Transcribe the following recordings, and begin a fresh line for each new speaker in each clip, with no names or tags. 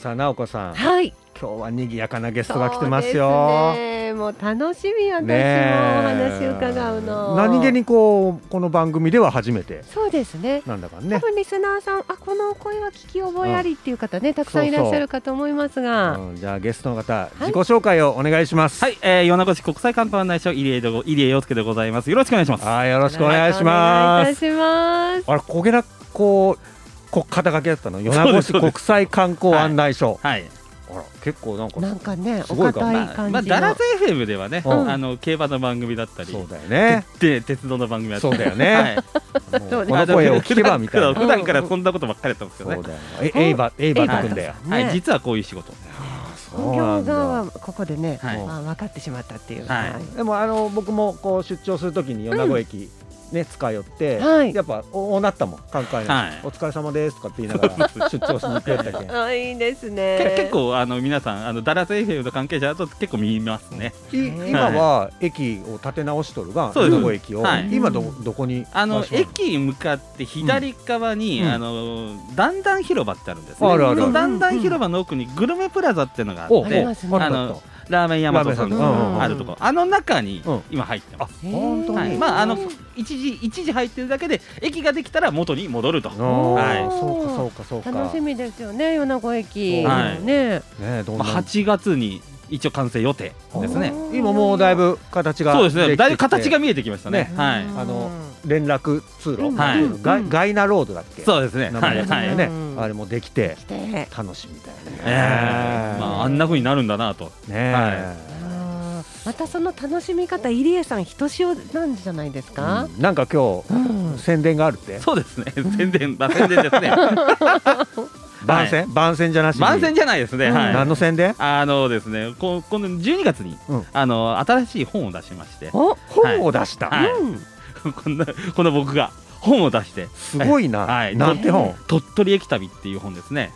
さあ直子さん、
はい。
今日は賑やかなゲス
そ
ト
う
が来てますよ。
ですねもう楽しみ私もお話
え
伺うの。
何気にこうこの番組では初めて
そうですね。
なんだか
多
ね。
分リスナーさん、あこの声は聞き覚えありっていう方ね、たくさんいらっしゃるかと思いますが、
うん、じゃあゲストの方、自己紹介をお願いします。
はい、えー、米子市国際看板内所入江でご入江洋介でございます。よろしくお願いします。
はい、よろしくお願いしま
お願いい
す。
たします。
あれ、こげなこう、こ、肩掛けだったの、米子市国際観光案内所。
はい、
あら、結構なんか。
なんかね、
す
お
ごいか
堅い
まあ、
感
まあ、
じ
ダラ
の
ズ。FM ではね、
うん
あの競馬の番組だったり、
そうだよ ね。
で鉄道の番組だったり、
そうだよね
はい
もう
そうね
この声を聞けばみたいな。
普段から そんなことばっかりやったんですけ
そう
ど
だ
ね
よ。。え、エイバ、エイバ
は
く
い
んだよ。
ね
はい、実はこういう仕事。
そう
東
な
京
ん
側
だ。
はここでね、
はい
まあ分かってしまったっていう。
はい
でも、あの、僕もこう出張するときに、米子駅。ね、使い寄って、
はい
やっぱ、お、おなったもん、カンカンに
はい
お疲れ様ですとかって言いながら、出張しに行ってやったけん。
あいいです
け
ね。
結構あの皆さんあのダラズ FM の関係者だと結構見ますね。
い今は駅を建て直しとるが、
そうです
米子駅を、
はい
今どどこに
あの
場所な
駅に向かって左側に、
うん
あのだんだん広場ってあるんですね。
あるある
そのだんだん広場の奥にグルメプラザっていうのがあ
お
っ
あ
う
り
て
ま、すね。
あ
あ
の
のラーメン屋さん
ラ
ーメン屋さんうん
のあるとこ、あの中に
うん
今入ってます。
へー
本当に、
はい、まああの一時一時入ってるだけで駅ができたら元に戻ると。
あ
ま
ー
はい
そうかそうかそうか
楽しみですよね、米子駅。
はい
ね。
ねどんな
あ8月に一応完成予定ですね。
今もうだいぶ形が
そうですね。だいぶ
きてきて
形が見えてきましたね。
ね
はい。
うん
あの連絡通路、
はい
ガイ
うん
ガイナロードだっけ
そうですね。
名
は
前
い
ですね、
はい。
ね
あれもできて
来て。
楽しみだよね、
えーまああんな風になるんだなと。
ねえ、
あーまたその楽しみ方、入江さん、ひとしおなんじゃないですか。
うんなんか今
う
日、
ん
宣伝があるって
そうですね。宣伝まあ宣伝ですね。
番宣、番宣じゃなしに
万宣じゃないですね。
うん
何
はい。
の宣伝
あのですね、こ今度12月に
うん
あの新しい本を出しまして、
お、
本を出した、
はい
うん
こんなこの僕が本を出して。
すごいな、
はい
なんて本
鳥取駅旅っていう本ですね。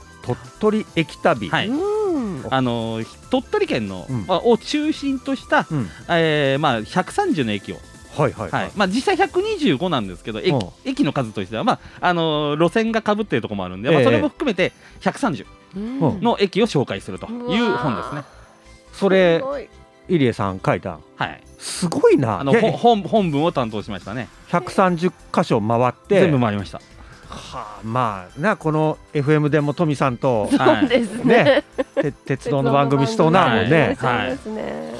鳥取駅旅、
はい。
うん。
あの鳥取県の、
うん
あを中心とした、
うん
えーまあ、130の駅を、
はいはい
はいまあ、実際125なんですけど駅,、
うん
駅の数としては、まああの路線がかぶっているところもあるんで、ま
え
あ、
え
それも含めて130
うん
の駅を紹介するという本ですね。。
それ入江さん書いたん
はい、
すごいな
あの
いや
ほ本本文を担当しましたね。
130箇所回って
全部回りました。
はあまあなこの FM でもトミさんと
すごいそうですね。
ねて鉄道の番組しとうなもんね、
はい。そうですね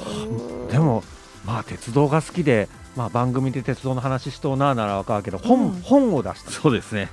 で。もまあ鉄道が好きで、まあ、番組で鉄道の話しとうなならわかるけど本,、
うん
本を出した
そうですね。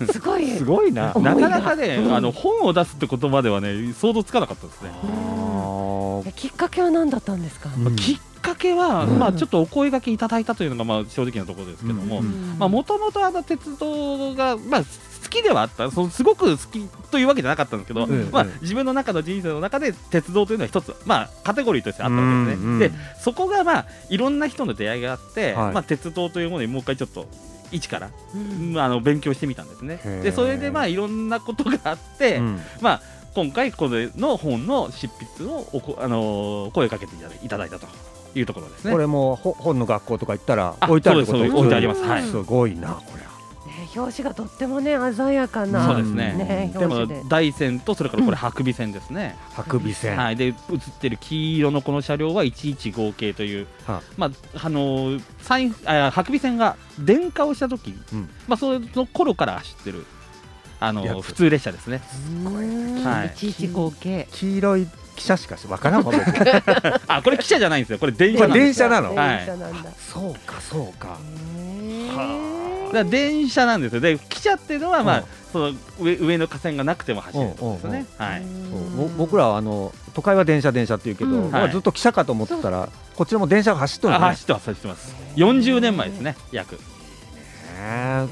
うんすごい。
すごいな
重い
な
な
かなかね、
うん
あの本を出すってことまではね、想像つかなかったですね。
あ
えきっかけは何だったんですか。
うん
きっかけは、
うん
まあ、ちょっとお声がけいただいたというのが、まあ、正直なところですけども、
うん
もともと鉄道が、まあ、好きではあったそのすごく好きというわけじゃなかったんですけど、
うん
まあ
うん、
自分の中の人生の中で鉄道というのは一つ、まあ、カテゴリーとしてあったわけですね、
うんうん
でそこが、まあ、いろんな人の出会いがあって、
はい
まあ、鉄道というものにもう一回ちょっと一から、
うん
まあ、あの勉強してみたんですね
へー
でそれで、まあ、いろんなことがあって、
うん
まあ、今回これの本の執筆をおこ、あのー声かけていただいただいたというところですね。
これもほ本の学校とか行ったら
あ
置いてあるってこと
そうですそうです
置いてありますはい
すごいなこれ
ね表紙がとってもね鮮やかな。
そうですね
ね
で
表
も
紙で。
大線とそれからこれ白尾線ですね、
白尾線、
はい、で映ってる黄色のこの車両は115系という、
は
まああのー三あ白尾線が電化をした時、
うん
まあ、その頃から走ってる、あのー
やつ
普通列車ですねはい
いちいち合計。
黄色い汽車しかわからんわ僕
あこれ汽車じゃないんですよこれ電
これ
車なんです
電車なの
は
電
い
車なんだ。
そうかそうか
へ
だ
ー
から電車なんですよで汽車っていうのは、まあ
うん
その上上の架線がなくても走るんですね、はい、
そうぼ僕らはあの都会は電車電車って言うけど、
うん
まあ
はい
ずっと汽車かと思ってたらこっちも電車が走っとる
あ
のね
走ってます走ってます40年前ですね約
ね
ですね
え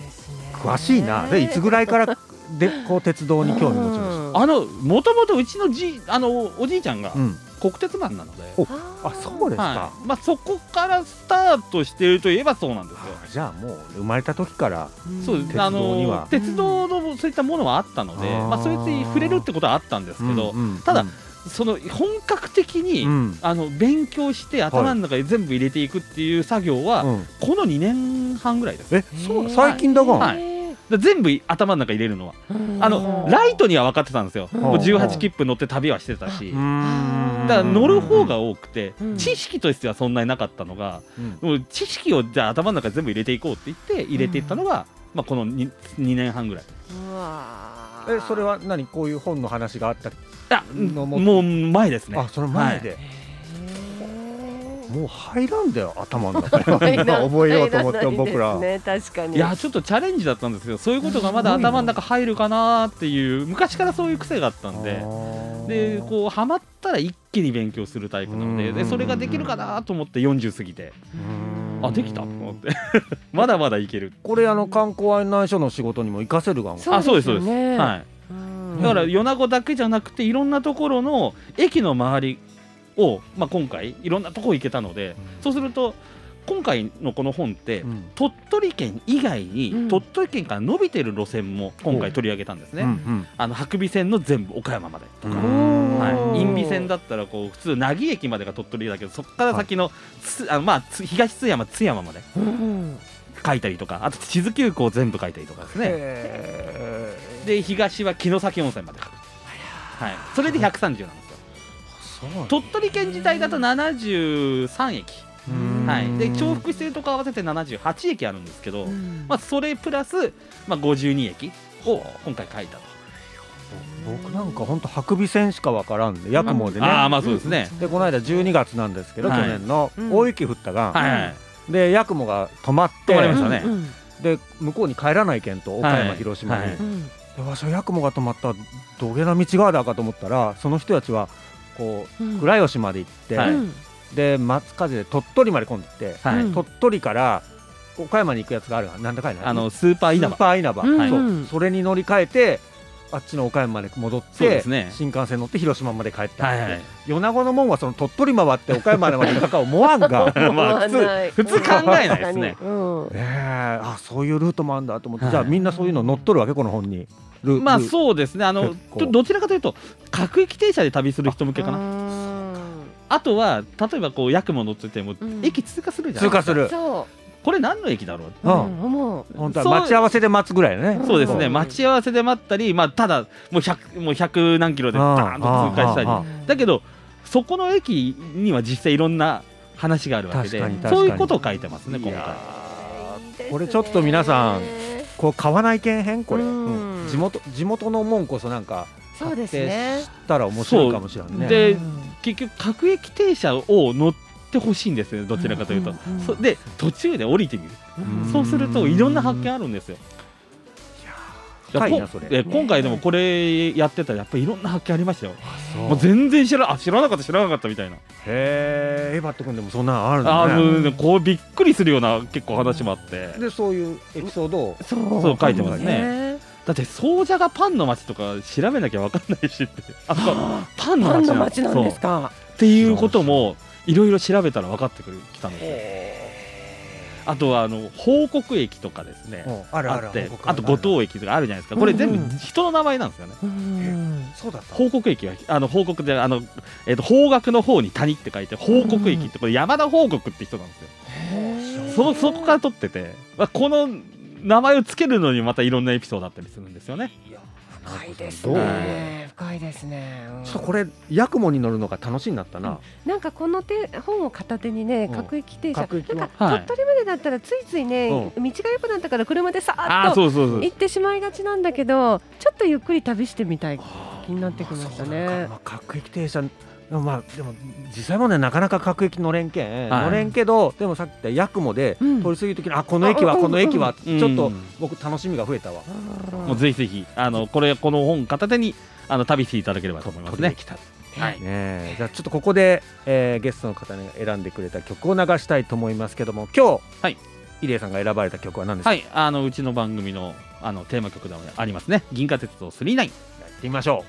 詳しいなでいつぐらいからでこう鉄道に興味持ちまし
あのもともとうちのじいあのおじいちゃんが
た、うん、
国鉄マンなので、
お
あー
あそうですか、
はいまあ、そこからスタートしているといえばそうなんですよ。
あじゃあもう生まれた時から
うん
そうです
鉄道
あ
には
の鉄道のそういったものはあったので、
あー
まあ、それに触れるってことはあったんですけど、
うんうん
ただその本格的に、
うん
あの勉強して頭の中に全部入れていくっていう作業は、
うん
この2年半ぐらいです。
えそう最近だがん、
はい
へー
だから全部頭の中入れるのはあのライトには分かってたんですよ、
うん
もう18切符乗って旅はしてたし、
ん
だから乗る方が多くて、
うん
知識としてはそんなになかったのが、
うん
もう知識をじゃあ頭の中全部入れていこうって言って入れていったのが、まあ、この 2, 2年半ぐらい
えそれは何こういう本の話があったり、
あ
のも
もう前ですね
あその前で、もう入らんだよ頭の中に今 覚えようと思って僕ら、
ね、確かに
いやちょっとチャレンジだったんですけどそういうことがまだ頭の中入るかなっていう昔からそういう癖があったんででこうハマったら一気に勉強するタイプなので
うん
でそれができるかなと思って40過ぎて
うん
あできたと思って まだまだいける
これあの観光案内所の仕事にも活かせるがん
あそうですそうです
ね
はい
うん
だから米子だけじゃなくていろんなところの駅の周りを、まあ、今回いろんなとこ行けたのでそうすると今回のこの本って、
うん
鳥取県以外に、
うん
鳥取県から伸びてる路線も今回取り上げたんですね、
うんうん
あの白尾線の全部岡山までとか、
う
お
ん
ー
はい、因美線だったらこう普通名木駅までが鳥取だけどそこから先のつ、あのまあ、つ東津山津山まで
うん
書いたりとかあと千頭急行全部書いたりとかですね
へー
で東は城崎温泉まで書く、はい、それで130なんですよ
そうなんだ
鳥取県自体だと73駅、
うん
はい、で重複してるとこ合わせて78駅あるんですけど、
うん
まあ、それプラス、まあ、52駅を今回書いたと。
僕なんか本当白尾線しかわからんで八雲でね、
ああまあそうですね、
でこの間12月なんですけど、
はい
去年の
うん
大雪降ったが、
はいはい
で八雲が止まって
止まりましたね
うん
で向こうに帰らないけんと岡山、
はい
広島に、
はい
うん
でわしは八雲が止まったどげな道があだかと思ったらその人たちはこ
う
うん倉吉まで行って、
はい
うん
で松風で鳥取まで今度行って、
はい
うん
鳥取から岡山に行くやつがあるがなんだかいな
あのスーパー
ス
稲
ー
葉
パー稲葉、
うん
そう
うん
それに乗り換えてあっちの岡山まで戻っ
そうで
て、
すね
新幹線乗って広島まで帰った、
はいはい
米子の門はその鳥取回って岡山まで行くか思わんが
まあ普通
通
普通考えないですね
うん
ねえあそういうルートもあんだと思って、
はい
じゃあみんなそういうの乗っとるわけこの本にル
まあ
ル
そうですねあの
結構
どどちらかというと各駅停車で旅する人向けかなあ
な
とは例えばこうヤクモ乗ってても、
うん
駅通過するじゃない
通過する
そ
これ何の駅だろう
う、う
うんん、
思う
本当は
そう
待ち合わせで待つぐらいだね
そうですね、
うん
待ち合わせで待ったり、まあ、ただもう100、もう100何キロでダーンと通過した
あああ
り、だけ
ど
ど、そこの駅には実際いろんな話があるわけで
確かに、確か
そ
に
ういうことを書いてますね、
い
今
や
回。
これちょっと皆さんこう買わないけんへんこれ、
うん
うん地元地元の門こそなんか
そうですね
買って知ったら面白いかもしれんね
で
うん
結局、各駅停車を乗ってほしいんですよね、どちらかというと。
うんうんうん
そで、途中で降りてみる、
うん
そうするといろんな発見あるんですよ。いや
深いな
こ
それ
え今回でもこれやってたらやっぱりいろんな発見ありましたよ。もう全然知らあ知らなかった知らなかったみたいな。
へえエヴァット君でもそんなのあるん
あ
だね
のこうびっくりするような結構話もあって。
でそういうエピソードを
そう
そう書いてますねだって総社がパンの街とか調べなきゃ分かんない しってあそうパンの
パン
街
の
な
街なんです
そう
か
っていうこともいろいろ調べたら分かってくるきたんですよあとはあの報告駅とかですね
うんあるある
あって
僕
あと五島駅とかあるじゃないですかこれ全
うんう
部
ん
人の名前なんですよね
うん
そうだった
報告駅はあの報告であの、えー、と方角の方に谷って書いて報告駅ってこれ山田報告って人なんですよそそこから取ってて、まあ、この名前をつけるのにまたいろんなエピソードあったりするんですよね
深いです
どう
ね深いですねうん
ちょっとこれヤクモに乗るのが楽しいになったな、
なんかこの手本を片手にね
うん
各駅停車
各駅は
なん
は
か
い
鳥取までだったらついついね道が良くなったから車でさ
あ
ー
あ
っと
ーそうそうそう
行ってしまいがちなんだけどちょっとゆっくり旅してみたい気になってきました
まあそう
ね
かまあ、各駅停車でもまあでも実際もねなかなか各駅乗れんけん、
はい
乗れんけどでもさっき言った八雲で
うん
通り過ぎるときに、あこの駅は
あうん
この駅は、
うん
ちょっと僕楽しみが増えたわ、
もうぜひぜひあのこれこの本片手にあの旅していただければと思います
取りに
ね。
来たね
はい。
えじゃあちょっとここで、えーゲストの方に選んでくれた曲を流したいと思いますけども今日、
はい、
入江さんが選ばれた曲は何ですか、
はい。あのうちの番組のあのテーマ曲でもありますね。銀河鉄道39。
やってみましょ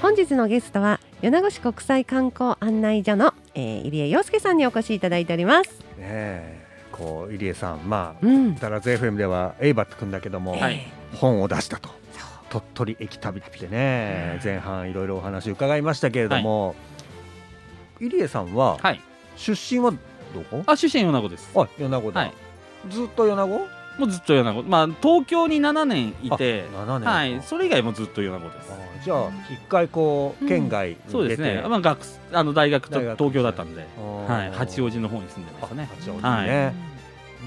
本日のゲストは米子市国際観光案内所の、えー、入江洋介さんにお越しいただいております。
う、ねえ、こう入江さんまあ
うん、
ダラズ FM ではエイバット君だけども、
はい
本を出したと鳥取駅旅ってね前半いろいろお話伺いましたけれども、入江さんは
はい
出身はどこ、
あ出身米子です
あ米子だ、
はい
ずっと米子
もうずっと米子まあ東京に7年いて
あ7年か
はいそれ以外もずっと米子です
あじゃあ一回こう県外に出て、
そうですね、まあ、学あの大学と
大学
東京だったんで、
あ
はい、
ー
八王子の方に住んでましたね
あ八王子ね、
は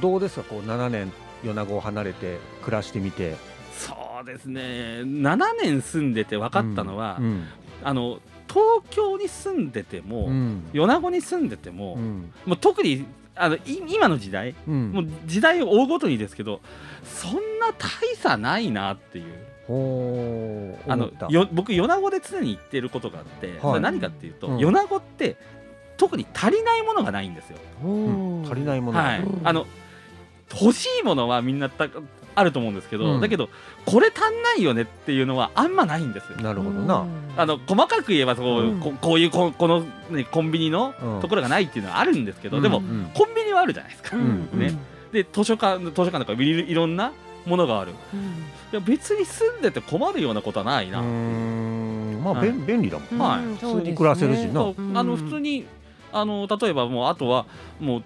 どうですかこう7年米子を離れて暮らしてみて
そうですね7年住んでて分かったのは、
うん
あの東京に住んでても、
うん
米子に住んでても、
うん
もう特にあのい今の時代
うん
もう時代を追うごとにですけどそんな大差ないなっていう
ほう
あの
思った
よ僕米子で常に言ってることがあって、
い
それ何かっていうと、
うん
米子って特に足りないものがないんですよ。
うん足りないもの、
はい
うん、
あの欲しいものはみんなたあると思うんですけど、
うん
だけどこれ足んないよねっていうのはあんまないんですよ。
なるほどな、
あの細かく言えばそう、
うん
ここういうここの、ね、コンビニの
うん
ところがないっていうのはあるんですけど、
うん
でも
うん
コンビニはあるじゃないですか。
ん
ねで図書館図書館とかいろいろんなものがあるいや別に住んでて困るようなことはないう
ー
な、
んまあ、
はい
便便利だもん、
はい
普通に暮らせるしな
そうあの普通にあの例えばもうあとはもう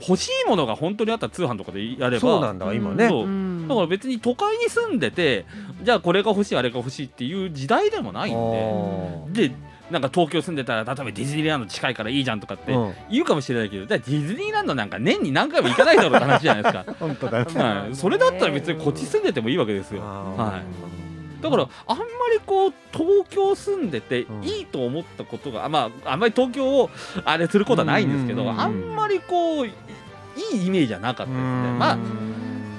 欲しいものが本当にあったら通販とかでやれば
そうなんだ今ね、
そうだから
ら
別に都会に住んでてじゃあこれが欲しいあれが欲しいっていう時代でもないん
あ
ででなんか東京住んでたら例えばディズニーランド近いからいいじゃんとかって
ーうん、
言うかもしれないけどじゃあディズニーランドなんか年に何回も行かないだろうって話じゃないですか
本当だよ
はい、それだったら別にこっち住んでてもいいわけですよはだからあんまりこう東京住んでて
うん
いいと思ったことが、まああんまり東京をあれすることはないんですけど、
うんうんうんうん
あんまりこういいいイメージはなかったですね、まあ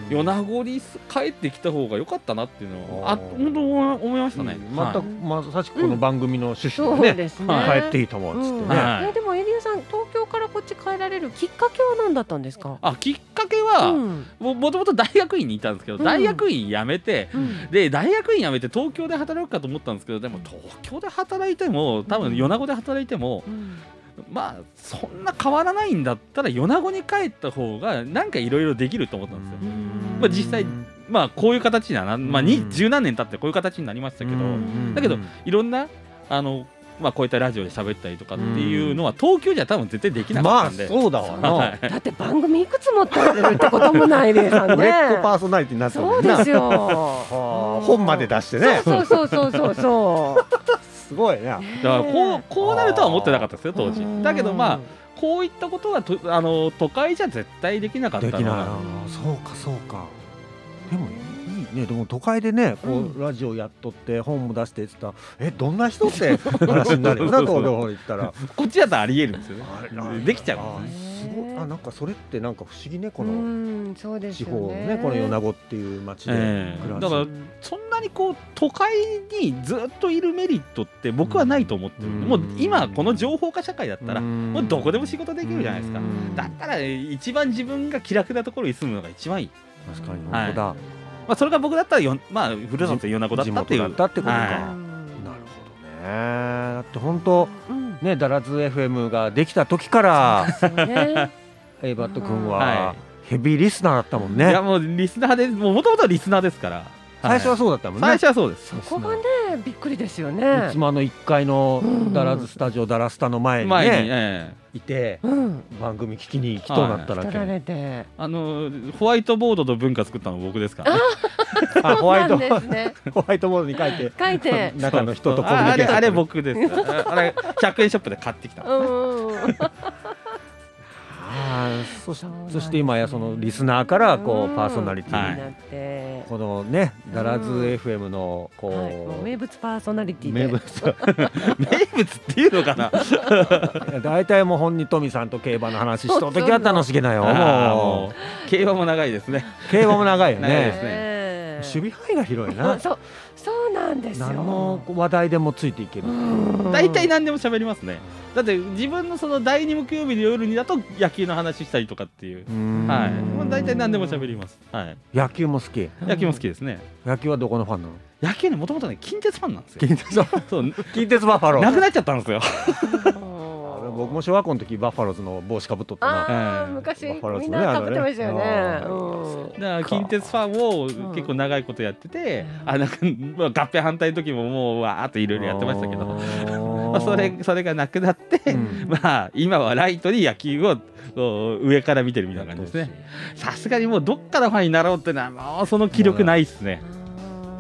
米子に帰ってきた方が良かったなっていうのはあ
おー
本当思い思いましたね、
また
はい
まさしくこの番組の趣
そ
旨
う
でね、
ですね。
はい
帰ってきたもんっつってね、
うん
はい
いやでもエリアさん東京からこっち帰られるきっかけは何だったんですか。
あきっかけは、
うん
ももともと大学院にいたんですけど
うん
大学院辞めて、
うん
で大学院辞めて東京で働くかと思ったんですけどでも東京で働いても多分米子で働いても、
うん
まあそんな変わらないんだったら米子に帰った方がなんかいろいろできると思ったんですよ。まあ実際まあこういう形にはな、まあ、
う
に
ん
十何年経ってこういう形になりましたけど、
うん
だけど
うん
いろんなあの、まあ、こういったラジオで喋ったりとかっていうのは東京じゃ多分絶対できな
ま
かった
あ
んで、
そうだわな、
はい
だって番組いくつ持ってられるってこともないエリアさん ね。
売れっ子パーソナリティになったもん
そ
な
うですよ。
はあ本まで出してね
そうそうそうそうそう。
すごいな
だからこうこうなるとは思ってなかったですよ当時
うん
だけどまあこういったことはとあの都会じゃ絶対できなかった
でき
の
ないな
は
そうかそうかでもいいねでも都会でねこう、
うん
ラジオやっとって本も出してって言ったらえどんな人って話になるよな
そうそうそう
東京の方行ったら
こっちだったらありえるんですよね
あれなんだ
できちゃうん
あ
ですね
すごいあなんかそれってなんか不思議ねこ
う
の
んそうです
地
よ
方ねこの米子っていう町で
ええ
暮らす、
だからそんなにこう都会にずっといるメリットって僕はないと思ってる、
うん
もう今この情報化社会だったら、
も
もうどこでも仕事できるじゃないですか、
うん
だったら一番自分が気楽なところに住むのが一番いい、
確かに
はい
本当だ、
まあ、それが僕だったらよ、まあ、ふるさと米子だったってい
地元だ
う
ったってことか、
はい
なるほどねだって本当
うん
ねダラズ FM ができた時から
そう ね。
エイバット君
は
はヘビーリスナーだったもんね、
いやもうリスナーでもともとはリスナーですから、はい
最初はそうだったもんね、
最初はそうです
そこがねびっくりですよ
い
ね
つ。もあの1階の
うん
ダラズスタジオ、ダラスタの前に,、ね
前に、ええ
いて
うん。
番組聞きに来となったら,、
取られて。
あのホワイトボードと文化作ったの僕ですからね、
あホワイト
そうなんですね。
ホワイトボードに書いて
書 いて。
中の人とコミ
あ
ュニケ
あ
ー
れ
ション
あれ僕ですああれ100円ショップで買ってきた
うん。
あーそし
そうなんです
そ
ね
して今やそのリスナーからこうパーソナリティ
は
に、
い
になって。
このねダラズ
うん
FM のこう、
はい、もう名物パーソナリティで
名物
名物っていうのかな
大体もう本にトミさんと競馬の話しとる時は楽しげだよ
あー
も
もう競馬も長いですね
う競馬も長いよ
長いで
ね
す
ね
守備範囲が広いな
あそうそうなんですよ。
何の話題でもついていける
うん
大体何でも喋りますねだって自分のその第二木曜日の夜にだと野球の話したりとかっていう
うん
はいもう大体何でも喋りますはい
野球も好き
野球も好きですね
野球はどこのファンなの
野球ねもともとね近鉄ファンなんですよ
近鉄
そう
近鉄バファロー
なくなっちゃったんですよ
うん
僕も小学校の時バッファローズの帽子かぶっとったな
ああ、
ええ
昔
バッファロー
み
ズ
ん
ね
な食べてましたよ
あ
ね
れね
うん。
だから近鉄ファンを結構長いことやってて、
うん
あなんかまあ合併反対の時ももうわーっといろいろやってましたけど、ま
ど
あ、それそれがなくなって、
うん
まあ今はライトに野球をこう上から見てるみたいな感じですね。さすがにもうどっからファンになろうってのはもうその気力ないっすね。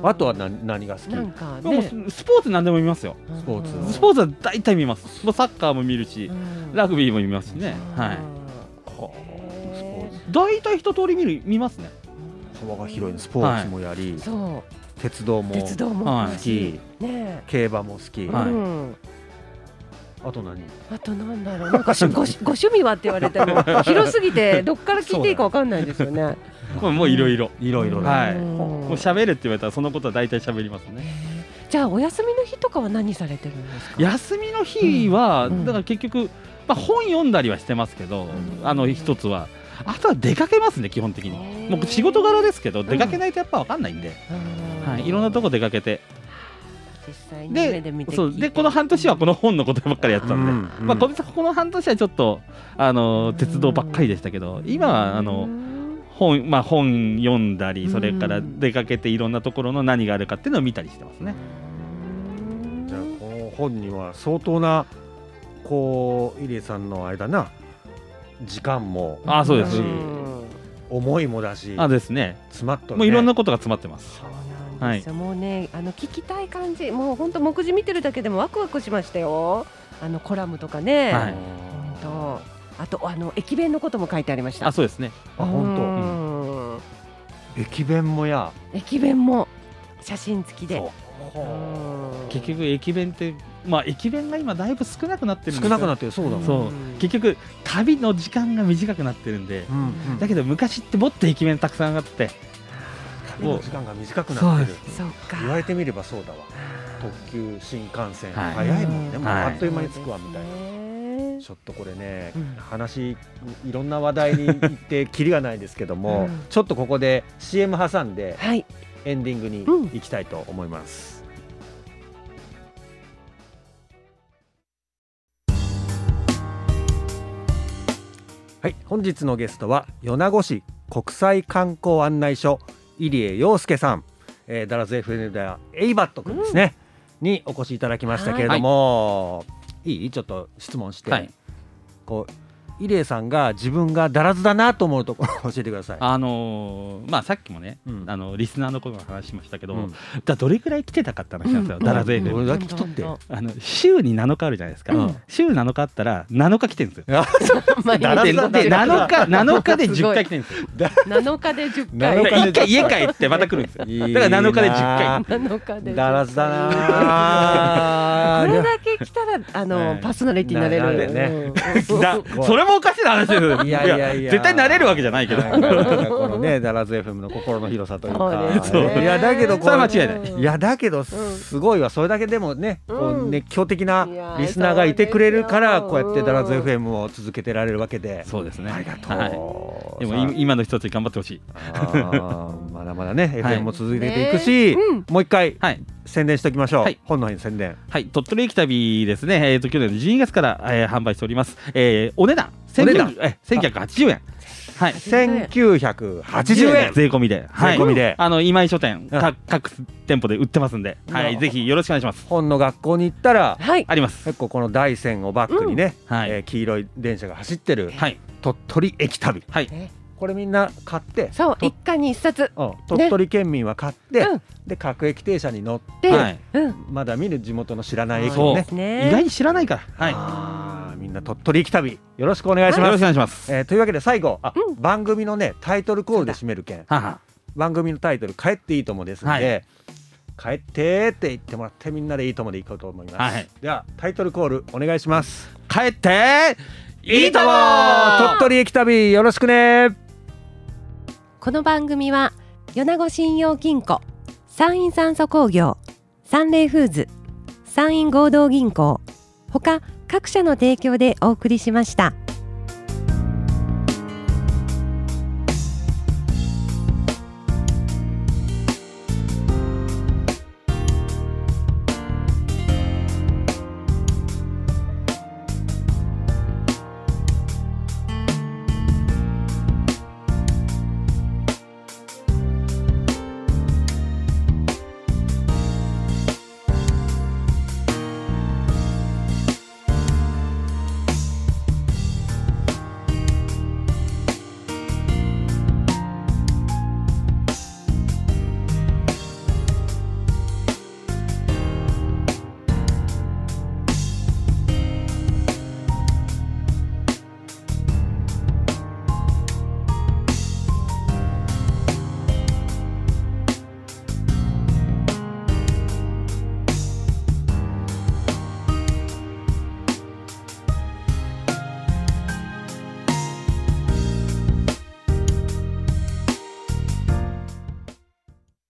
あとはな何が好き
なんか
もう
ね、
スポーツ何でも見ますよ。
スポーツ
スポーツは大体見ます。もうサッカーも見るし、ラ
グ
グビーも見ますしね。はい。
はあスポーツ
大体一通り見る見ますね。
幅が広いのスポーツもやり、
そ
鉄道
う、
も
鉄道も
はい
詳
好
し
き
いね
競馬も好き、
え。
はい
うん
あと何
あとなんだろう、なんかしごご趣味はって言われても広すぎ てどっから聞いていいかわかんないですよね。
もうもういろいろ。
いろいろね、
はい
うん
もう喋るって言われたらそのことは大体喋りますね。
じゃあお休みの日とかは何されてるんですか。
休みの日は、
うん
だから結局、まあ、本読んだりはしてますけど、
ん
あの一つは。あとは出かけますね、基本的に。
へー
もう仕事柄ですけど、出かけないとやっぱ分かんないんで、
うん
はい、いろんなとこ出かけて、
実際に目
で
で見て
そうでこの半年はこの本のことばっかりやってたんで、
うん
まあ、このこの半年はちょっとあの鉄道ばっかりでしたけど今はあの本,、まあ、本読んだりそれから出かけていろんなところの何があるかっていうのを見たりしてますね。
じゃあこの本には相当なこう入江さんの間な時間も
あそうです
う。ん思いもだし
あですね
詰まっとる、ね、
もういろんなことが詰まってます。
そうなんですよ、もうねあの聞きたい感じもう本当目次見てるだけでもワクワクしましたよあのコラムとかね、
はい
本当あとあの駅弁のことも書いてありました
あそうですね。
あ本
本
当駅弁もや
当駅弁も写真付きで
そう
うん
結局駅弁ってまあ駅弁が今だいぶ少なくなってるんです
少
よ
なくなってるそうだもん
そううん結局旅の時間が短くなってるんで、
うんうん
だけど昔ってもっと駅弁たくさんあって
旅の時間が短くなってる
そう
言わ
か
れてみればそうだわ特急新幹線、
はい
早いもんね、もう
はい
あっという間に着くわみたいな、
な
ちょっとこれね、
うん
話いろんな話題に行ってきりがないですけども、
うん
ちょっとここで CM 挟んで
はい
エンディングに
うん
行きたいと思います、はい本日のゲストは米子市国際観光案内所入江洋介さん、えー、ダラズ FN ではエイバット君ですね、にお越しいただきましたけれども、い、いちょっと質問して、
はい
こう入江さんが自分がだらずだなと思うところを教えてください。
あのーまあさっきもね、
うん
あのリスナーの声も話しましたけど、
うん
だどれくらい来てたかって話なんですよ、
うん
ダラゼー
ど
フ
れだけ来とって
どん
あの週に7日あるじゃないですか、
うん
週7日あったら7日来てるんですよ。
毎日
だらず
で
だ
で7日7日で10回来てるんですよ。
7日で10
な7
回
日
1回家帰ってまた来るんですよ。だから7日で10回。
7日で10回
だらずだな
こ
あ
れだけ来たらあの、
はい
パーソナリティになれ
な
る
れね
うん
だそれもおかしな話ですよ。
いやいやいや
絶対なれるわけじゃないけど。
なんかなんかこのね、ダラズ FM の心の広さという
そうで
か
すね
いやだけどこ
それは
う
間違いない
いやだけどすごいわそれだけでもね、こう
うん
熱狂的ない
や
リスナーがいてくれるから
そう
こ
です
う
よ
やってダラズ FM を続けてられるわけで
そうですね。
ありがとう、
はいでもい
さ
今の人たち頑張ってほしい。
ああー まだまだね
はい
FM も続けていくし、
ねうん
もう一回
はい。
宣伝しておきましょう、
はい
本の日の宣伝
はい、鳥取駅旅ですね、えー、と去年の12月から、えー、販売しております、えー、お値段
お値段
1900えー1980円。はい
1980円
税込みで、はい
税込みで
あの今井書店、
うん
か各店舗で売ってますんで、は
う
い、
わ
ぜひよろしくお願いします。
本の学校に行ったら
はい
あります。
結構この大山をバックにね、
はい、
えー黄色い電車が走ってる
はい、
鳥取駅旅
はい、
これみんな買って
そう
と
一家に一冊
うん鳥取県民は買って、
うん
で各駅停車に乗って
で、
はい
うん
まだ見る地元の知らない駅
そ
を
う
ね
ですね
意外に知らないから、はい、よ
あーみんな鳥取駅旅よろしくお願い
ろ
し
しくお
ま
願い
す。
します。
えーというわけで最後あ、
うん
番組のねタイトルコールで締めるけん
はは、
番組のタイトル「帰っていいとも」ですので、帰ってって言ってもらってみんなでいいともでいこうと思います、
はい
ではタイトルコールお願いします
帰っていいとも
鳥取駅旅よろしくね
この番組は米子信用金庫山陰酸素工業サンレイフーズ山陰合同銀行ほか各社の提供でお送りしました。